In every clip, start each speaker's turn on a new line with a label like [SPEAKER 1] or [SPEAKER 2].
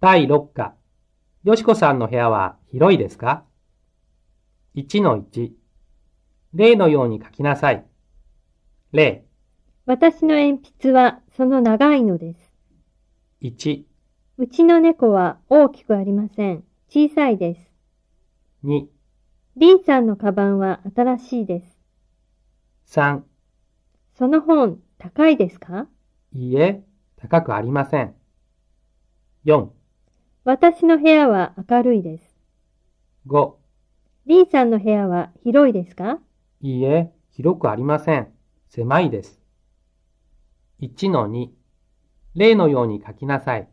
[SPEAKER 1] 第6課。よしこさんの部屋は広いですか ?1-1。例のように書きなさい。例
[SPEAKER 2] 私の鉛筆はその長いのです。
[SPEAKER 1] 1、
[SPEAKER 2] うちの猫は大きくありません。小さいです。
[SPEAKER 1] 2、
[SPEAKER 2] リンさんのカバンは新しいです。
[SPEAKER 1] 3、
[SPEAKER 2] その本、高いですか
[SPEAKER 1] いいえ、高くありません。4、
[SPEAKER 2] 私の部屋は明るいです。
[SPEAKER 1] 5、
[SPEAKER 2] リンさんの部屋は広いですか
[SPEAKER 1] いいえ、広くありません。狭いです。1-2。例のように書きなさい。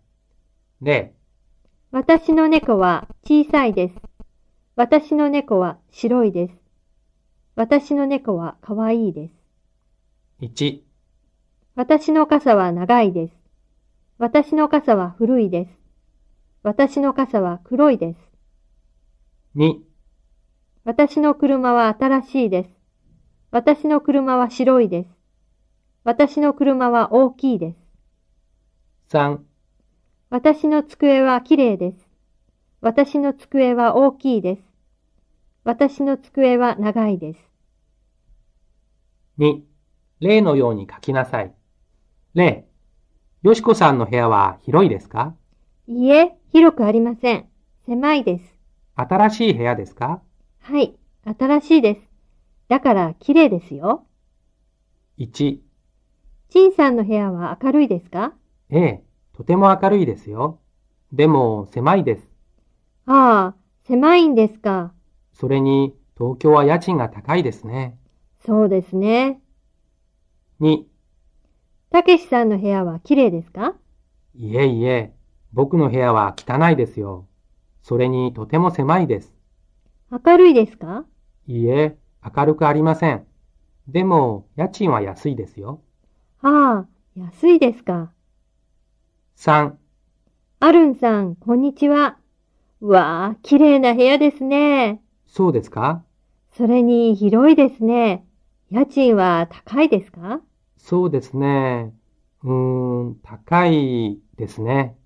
[SPEAKER 1] 例
[SPEAKER 2] 私の猫は小さいです。私の猫は白いです。私の猫は可愛いです。
[SPEAKER 1] 1、
[SPEAKER 2] 私の傘は長いです。私の傘は古いです。私の傘は黒いです。
[SPEAKER 1] 2、
[SPEAKER 2] 私の車は新しいです。私の車は白いです。私の車は大きいです。
[SPEAKER 1] 3、
[SPEAKER 2] 私の机は綺麗です。私の机は大きいです。私の机は長いです。
[SPEAKER 1] 2. 例のように書きなさい。例よしこさんの部屋は広いですか
[SPEAKER 2] いいえ、広くありません。狭いです。
[SPEAKER 1] 新しい部屋ですか
[SPEAKER 2] はい、新しいです。だから綺麗ですよ。
[SPEAKER 1] ?1.
[SPEAKER 2] 陳さんの部屋は明るいですか
[SPEAKER 1] ええ、とても明るいですよ。でも、狭いです。
[SPEAKER 2] ああ、狭いんですか。
[SPEAKER 1] それに、東京は家賃が高いですね。
[SPEAKER 2] そうですね。
[SPEAKER 1] 2.
[SPEAKER 2] たけしさんの部屋は綺麗ですか
[SPEAKER 1] いえいえ、僕の部屋は汚いですよ。それに、とても狭いです。
[SPEAKER 2] 明るいですか
[SPEAKER 1] いいえ、明るくありません。でも、家賃は安いですよ。
[SPEAKER 2] ああ、安いですか。
[SPEAKER 1] 3.
[SPEAKER 2] アルンさん、こんにちは。うわあ、綺麗な部屋ですね。
[SPEAKER 1] そうですか
[SPEAKER 2] それに広いですね。家賃は高いですか
[SPEAKER 1] そうですね。うーん、高いですね。